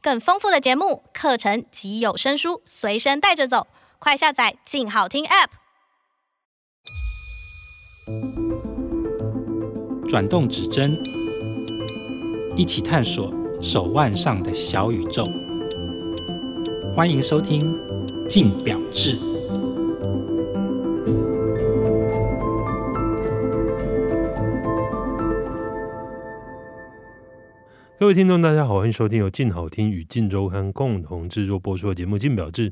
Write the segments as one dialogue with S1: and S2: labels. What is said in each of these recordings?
S1: 更丰富的节目、课程及有声书随身带着走，快下载“静好听 ”App。
S2: 转动指针，一起探索手腕上的小宇宙。欢迎收听《静表志》。
S3: 各位听众，大家好，欢迎收听由静好听与静周刊共同制作播出的节目《静表志》，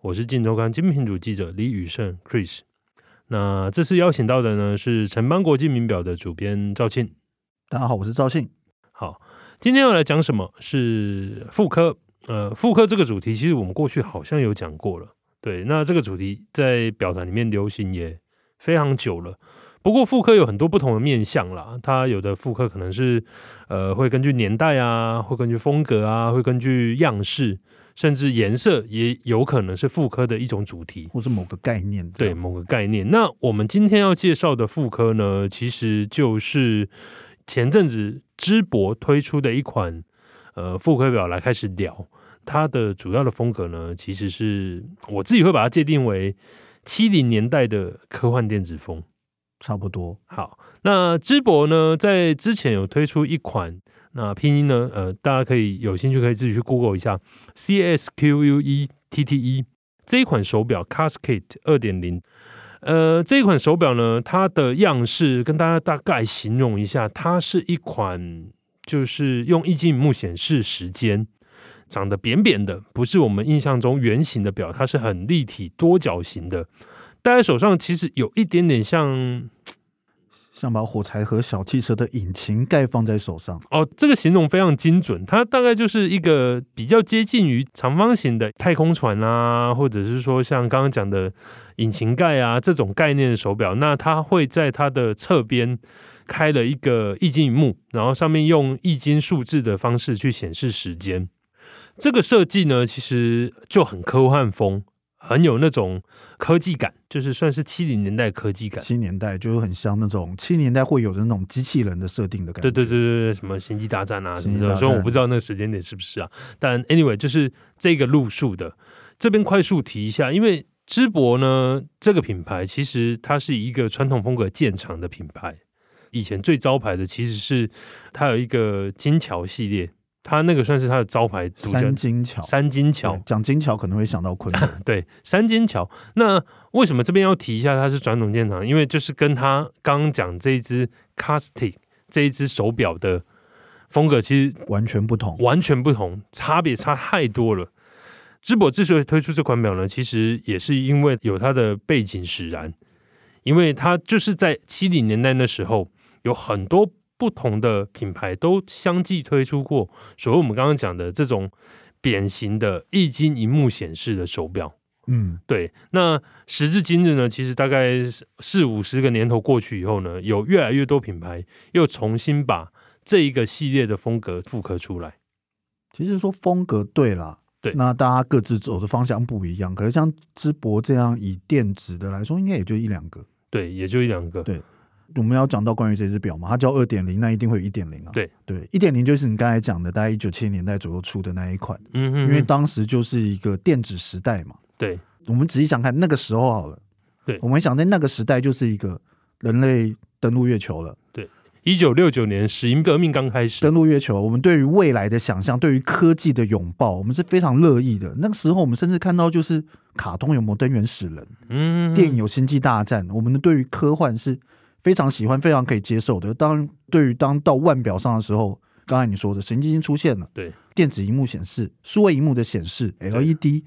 S3: 我是静周刊精品组记者李宇胜 Chris。那这次邀请到的呢是城邦国际名表的主编赵庆，
S4: 大家好，我是赵庆。
S3: 好，今天要来讲什么？是妇科。呃，妇科这个主题，其实我们过去好像有讲过了。对，那这个主题在表坛里面流行也非常久了。不过妇科有很多不同的面向啦，它有的妇科可能是呃会根据年代啊，会根据风格啊，会根据样式，甚至颜色也有可能是妇科的一种主题，
S4: 或是某个概念。
S3: 对某个概念。那我们今天要介绍的妇科呢，其实就是前阵子淄博推出的一款呃妇科表来开始聊。它的主要的风格呢，其实是我自己会把它界定为七零年代的科幻电子风。
S4: 差不多。
S3: 好，那淄博呢，在之前有推出一款，那拼音呢，呃，大家可以有兴趣可以自己去 Google 一下，C S Q U E T T E 这一款手表 Cascade 二点零。呃，这一款手表呢，它的样式跟大家大概形容一下，它是一款就是用液晶幕显示时间。长得扁扁的，不是我们印象中圆形的表，它是很立体多角形的。戴在手上其实有一点点像，
S4: 像把火柴盒小汽车的引擎盖放在手上。
S3: 哦，这个形容非常精准，它大概就是一个比较接近于长方形的太空船啊，或者是说像刚刚讲的引擎盖啊这种概念的手表。那它会在它的侧边开了一个液晶幕，然后上面用易经数字的方式去显示时间。这个设计呢，其实就很科幻风，很有那种科技感，就是算是七零年代科技感。
S4: 七年代就是很像那种七年代会有的那种机器人的设定的感觉。
S3: 对对对对对，什么星际大战啊什么
S4: 星际大
S3: 的，
S4: 战
S3: 虽然我不知道那个时间点是不是啊，但 anyway 就是这个路数的。这边快速提一下，因为淄博呢这个品牌其实它是一个传统风格建厂的品牌，以前最招牌的其实是它有一个金桥系列，它那个算是它的招牌独家
S4: 三。金桥，
S3: 三金桥
S4: 对，讲金桥可能会想到昆 仑，
S3: 对，三间桥。那为什么这边要提一下它是传统建厂？因为就是跟它刚刚讲这一只 Castic 这一只手表的风格其实
S4: 完全不同。
S3: 完全不同，差别差太多了。淄博之所以推出这款表呢，其实也是因为有它的背景使然，因为它就是在七零年代那时候，有很多不同的品牌都相继推出过所谓我们刚刚讲的这种扁形的液晶荧幕显示的手表。
S4: 嗯，
S3: 对，那时至今日呢，其实大概四五十个年头过去以后呢，有越来越多品牌又重新把这一个系列的风格复刻出来。
S4: 其实说风格对啦。
S3: 对
S4: 那大家各自走的方向不一样，可是像淄博这样以电子的来说，应该也就一两个。
S3: 对，也就一两个。
S4: 对我们要讲到关于这只表嘛，它叫二点零，那一定会有一点零啊。
S3: 对
S4: 对，一点零就是你刚才讲的，大概一九七零年代左右出的那一款，
S3: 嗯哼
S4: 因为当时就是一个电子时代嘛。
S3: 对
S4: 我们仔细想看那个时候好了，
S3: 对
S4: 我们想在那个时代就是一个人类登陆月球了，
S3: 一九六九年石英革命刚开始。
S4: 登陆月球，我们对于未来的想象，对于科技的拥抱，我们是非常乐意的。那个时候，我们甚至看到就是卡通有摩登原始人，
S3: 嗯，
S4: 电影有星际大战，我们对于科幻是非常喜欢、非常可以接受的。当对于当到腕表上的时候，刚才你说的神经已经出现了，
S3: 对，
S4: 电子荧幕显示、数位荧幕的显示、LED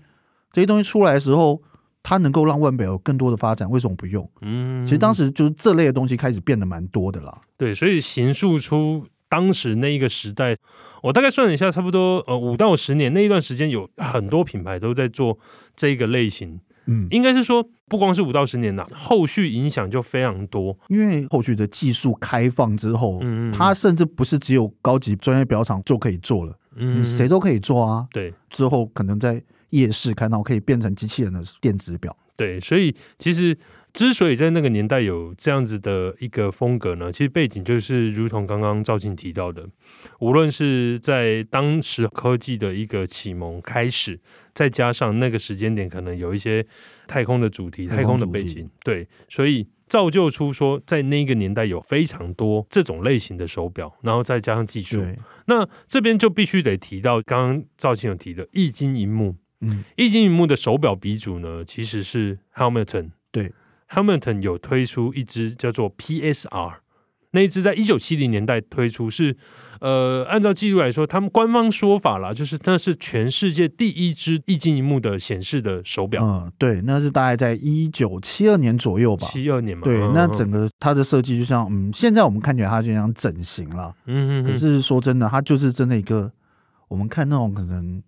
S4: 这些东西出来的时候，它能够让腕表有更多的发展，为什么不用？
S3: 嗯，
S4: 其实当
S3: 时
S4: 时就是这类的东西开始变得蛮多的啦。
S3: 对，所以形塑出当时那一个时代，我大概算了一下，差不多呃五到十年那一段时间，有很多品牌都在做这个类型。
S4: 嗯，
S3: 应该是说，不光是五到十年啦，后续影响就非常多。
S4: 因为后续的技术开放之后，
S3: 嗯嗯嗯
S4: 它甚至不是只有高级专业表厂就可以做了，
S3: 嗯
S4: 你谁都可以做啊。
S3: 对
S4: 之后可能在夜市看到可以变成机器人的电子表。
S3: 对，所以其实之所以在那个年代有这样子的一个风格呢，其实背景就是如同刚刚赵静提到的，无论是在当时科技的一个启蒙开始，再加上那个时间点可能有一些太空的主题、太
S4: 太
S3: 空
S4: 空
S3: 的
S4: 主题
S3: 背景，对，所以造就出说在那个年代有非常多这种类型的手表，然后再加上技术，
S4: 对，
S3: 那这边就必须得提到刚刚赵庆有提的易经银幕，
S4: 嗯，
S3: 易经银幕的手表鼻祖呢其实是 Hamilton，
S4: 对
S3: ，Hamilton 有推出一只叫做 PSR。那一只在一九七零年代推出是，呃，按照记录来说，他们官方说法啦，就是那是全世界第一只易经一幕的显示的手表，
S4: 嗯，对，那是大概在一九七二年左右吧。
S3: 七二年嘛。
S4: 对
S3: 嗯，
S4: 那整个它的设计就像，嗯，现在我们看起来它就像整形啦。
S3: 嗯嗯
S4: 可
S3: 嗯，
S4: 是说真的，它就是真的一个，我们看那种可能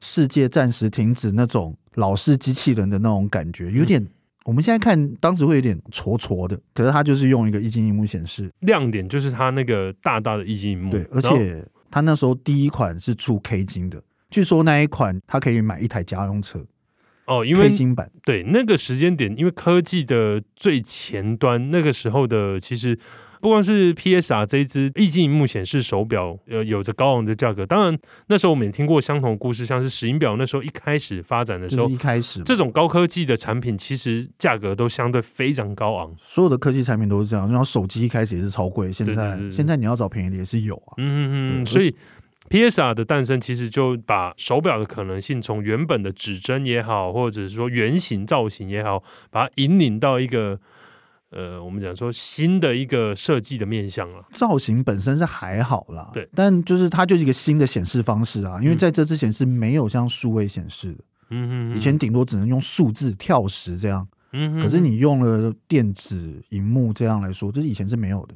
S4: 世界暂时停止那种老式机器人的那种感觉，
S3: 嗯
S4: 有点。我们现在看，当时会有点挫挫的，可是它就是用一个液晶屏幕显示，
S3: 亮点就是它那个大大的易经一幕，
S4: 对，
S3: 嗯
S4: 而
S3: 然后
S4: 且它那时候第一款是出 K 金的，据说那一款它可以买一台家用车
S3: 哦，因为
S4: ，K 金版，
S3: 对那个时间点，因为科技的最前端，那个时候的其实不光是 PSR 这一只液晶屏幕显示手表，呃，有着高昂的价格。当然，那时候我们也听过相同的故事，像是石英表那时候一开始发展的时
S4: 就
S3: 候
S4: 是一，开始嘛
S3: 这种高科技的产品其实价格都相对非常高昂。
S4: 所有的科技产品都是这样，然后手机一开始也是超贵，现
S3: 对
S4: 在
S3: 对对
S4: 现在你要找便宜的也是有啊，
S3: 嗯嗯嗯，
S4: 对
S3: 所
S4: 而
S3: 以 PSR 的诞生其实就把手表的可能性从原本的指针也好，或者是说圆形造型也好，把它引领到一个呃，我们讲说新的一个设计的面向了。
S4: 造型本身是还好啦，
S3: 对，
S4: 但就是它就是一个新的显示方式啊，因为
S3: 嗯
S4: 在这之前是没有像数位显示的，
S3: 嗯嗯，
S4: 以前顶多只能用数字跳时这样，
S3: 嗯，嗯
S4: 可是你用了电子荧幕这样来说，这是以前是没有的。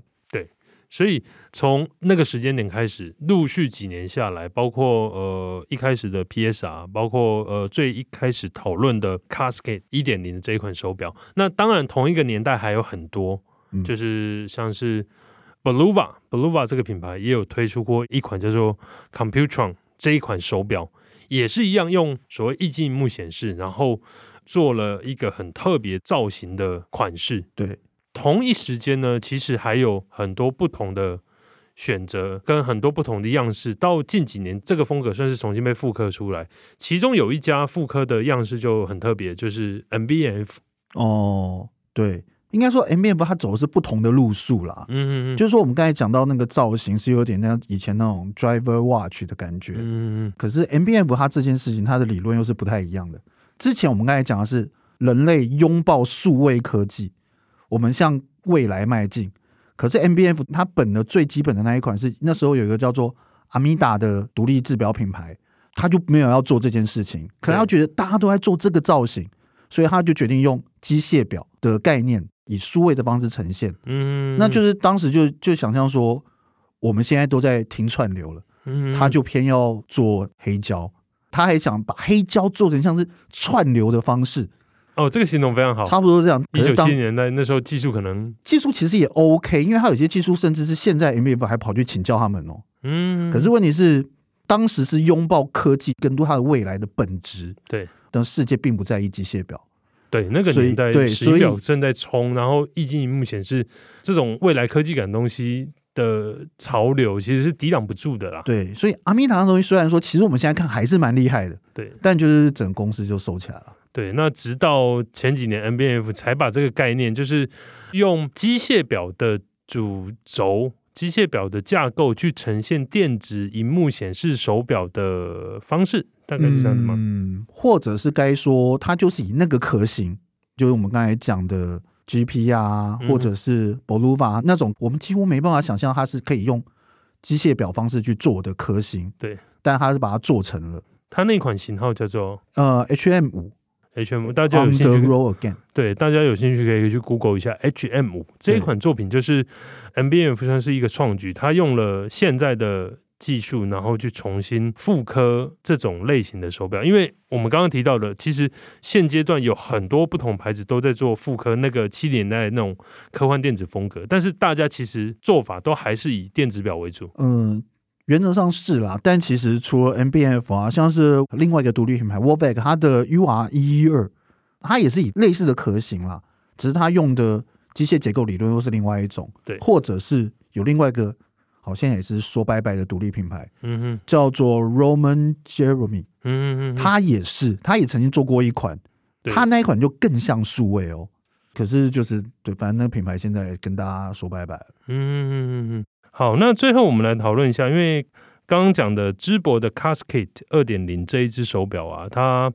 S3: 所以从那个时间点开始，陆续几年下来，包括呃一开始的 PSR，包括呃最一开始讨论的 Cascade 一点零这一款手表。那当然，同一个年代还有很多，
S4: 嗯
S3: 就是像是 Beluva Beluva 这个品牌也有推出过一款叫做 Computron 这一款手表，也是一样用所谓液晶幕显示，然后做了一个很特别造型的款式。
S4: 对，
S3: 同一时间呢，其实还有很多不同的选择跟很多不同的样式。到近几年，这个风格算是重新被复刻出来。其中有一家复刻的样式就很特别，就是 MBF。
S4: 哦，对，应该说 M B F 它走的是不同的路数啦。
S3: 嗯嗯嗯，
S4: 就是说，我们刚才讲到那个造型是有点像以前那种 driver watch 的感觉，
S3: 嗯嗯
S4: 可是 MBF 它这件事情，它的理论又是不太一样的。之前我们刚才讲的是人类拥抱数位科技，我们向未来迈进。可是 MBF 它本的最基本的那一款是那时候有一个叫做阿米达的独立制表品牌，它就没有要做这件事情，可是他觉得大家都在做这个造型，所以他就决定用机械表的概念以数位的方式呈现。
S3: 嗯，
S4: 那就是当时就就想象说，我们现在都在听串流了。
S3: 嗯
S4: 他就偏要做黑胶，他还想把黑胶做成像是串流的方式，
S3: 哦，这个形容非常好。
S4: 差不多这样。可
S3: 一
S4: 是
S3: 九
S4: 当
S3: 七年代那时候技术可能，
S4: 技术其实也 OK，因为他有些技术甚至是现在 MF 还跑去请教他们哦。
S3: 嗯，
S4: 可是问题是，当时是拥抱科技，更多它的未来的本质。
S3: 对，
S4: 但世界并不在意机械表。
S3: 对那个
S4: 所以
S3: 年代，
S4: 对
S3: 石
S4: 所以
S3: 表正在冲，然后液晶屏幕显示这种未来科技感东西的潮流，其实是抵挡不住的啦。
S4: 对，所以阿米达的东西虽然说，其实我们现在看还是蛮厉害的，
S3: 对，
S4: 但就是整个公司就收起来了。
S3: 对，那直到前几年 NBF 才把这个概念，就是用机械表的主轴、机械表的架构去呈现电子荧幕显示手表的方式，大概是这样的吗？
S4: 嗯，或者是该说，它就是以那个壳型，就是我们刚才讲的 GP 啊，
S3: 嗯
S4: 或者是 Boluva 那种，我们几乎没办法想象它是可以用机械表方式去做的壳型。
S3: 对，
S4: 但它是把它做成了。
S3: 它那款型号叫做
S4: 呃，HM 五
S3: HM，大家有
S4: ，On
S3: 兴
S4: the
S3: 趣可以
S4: Roll Again，
S3: 对大家有兴趣可以去 Google 一下 HM 五这一款作品，就是 NBF 算是一个创举，它用了现在的。技术，然后去重新复刻这种类型的手表，因为我们刚刚提到的，其实现阶段有很多不同牌子都在做复刻那个七零年代那种科幻电子风格，但是大家其实做法都还是以电子表为主。
S4: 嗯。原则上是啦，但其实除了 MBF 啊，像是另外一个独立品牌 w a r b a c k 它的 UR 一一二，它也是以类似的壳型啦，只是它用的机械结构理论又是另外一种，
S3: 对
S4: 或者是有另外一个好像也是说拜拜的独立品牌，
S3: 嗯哼，
S4: 叫做 Roman Jeremy，
S3: 嗯哼嗯哼，
S4: 他也是，他也曾经做过一款，
S3: 对
S4: 他那一款就更像数位哦。可是就是对，反正那个品牌现在跟大家说拜拜了。
S3: 嗯，好，那最后我们来讨论一下，因为刚刚讲的芝柏的 Cascade 二点零这一只手表啊，它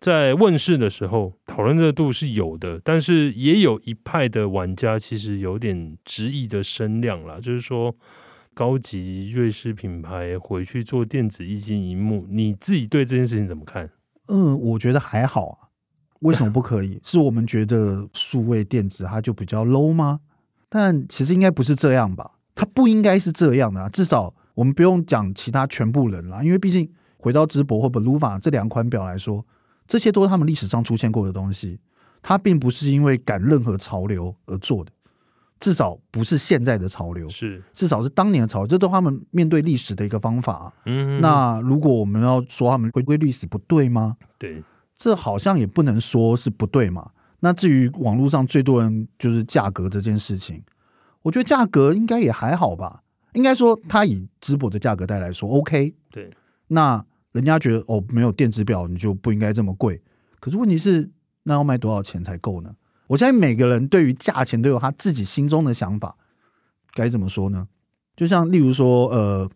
S3: 在问世的时候讨论热度是有的，但是也有一派的玩家其实有点质疑的声量啦，就是说高级瑞士品牌回去做电子液晶荧幕，你自己对这件事情怎么看？
S4: 嗯，我觉得还好啊。为什么不可以？是我们觉得数位电子它就比较 low 吗？但其实应该不是这样吧？它不应该是这样的、啊，至少我们不用讲其他全部人啦，因为毕竟回到芝柏或 Beluva 这两款表来说，这些都是他们历史上出现过的东西，它并不是因为赶任何潮流而做的，至少不是现在的潮流，
S3: 是，
S4: 至少是当年的潮流，这都是他们面对历史的一个方法啊、
S3: 嗯，
S4: 那如果我们要说他们回归历史不对吗？
S3: 对，
S4: 这好像也不能说是不对嘛。那至于网络上最多人就是价格这件事情，我觉得价格应该也还好吧。应该说，它以淄博的价格带来说，OK。
S3: 对，
S4: 那人家觉得哦，没有电子表你就不应该这么贵。可是问题是，那要卖多少钱才够呢？我相信每个人对于价钱都有他自己心中的想法。该怎么说呢？就像例如说，呃，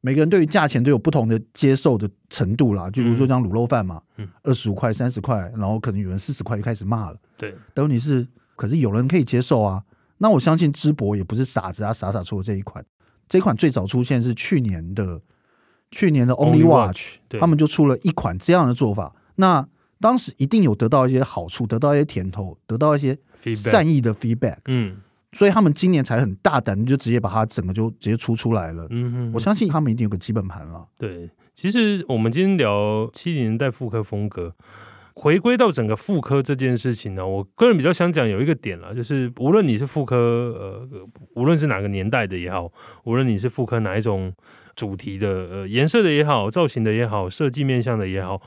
S4: 每个人对于价钱都有不同的接受的程度啦。就比如说像卤肉饭嘛
S3: 嗯，
S4: 二十五块、三十块，然后可能有人四十块就开始骂了。
S3: 对，
S4: 但问题是，可是有人可以接受啊。那我相信淄博也不是傻子啊，傻傻出的这一款。这一款最早出现是去年的，去年的 Only
S3: Only
S4: Watch，
S3: 对
S4: 他们就出了一款这样的做法。那当时一定有得到一些好处，得到一些甜头，得到一些
S3: feedback，
S4: 善意的 feedback，
S3: 嗯
S4: 所以他们今年才很大胆，就直接把它整个就直接出出来了。
S3: 嗯哼，
S4: 我相信他们一定有个基本盘了。
S3: 对，其实我们今天聊七零年代复刻风格，回归到整个复刻这件事情呢，我个人比较想讲有一个点啦，就是无论你是复刻呃，无论是哪个年代的也好，无论你是复刻哪一种主题的呃颜色的也好，造型的也好，设计面向的也好，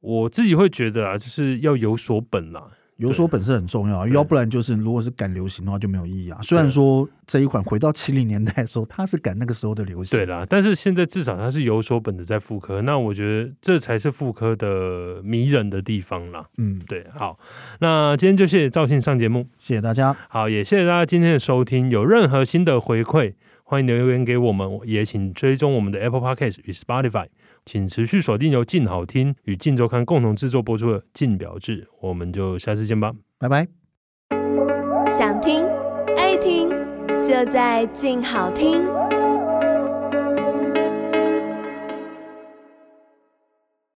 S3: 我自己会觉得啊，就是要有所本啦。
S4: 有所本身很重要，啊
S3: 对
S4: 要不然就是如果是赶流行的话就没有意义啊。虽然说这一款回到七零年代的时候，它是赶那个时候的流行，
S3: 对啦，但是现在至少它是有所本的在复刻，那我觉得这才是复刻的迷人的地方啦。
S4: 嗯，
S3: 对，好，那今天就谢谢赵信上节目。
S4: 谢谢大家，
S3: 好，也谢谢大家今天的收听。有任何新的回馈，欢迎留言给我们，也请追踪我们的 Apple Podcast 与 Spotify，请持续锁定由静好听与静周刊共同制作播出的《静表志》，我们就下次见吧。
S4: 拜拜。
S5: 想听爱听，就在静好听。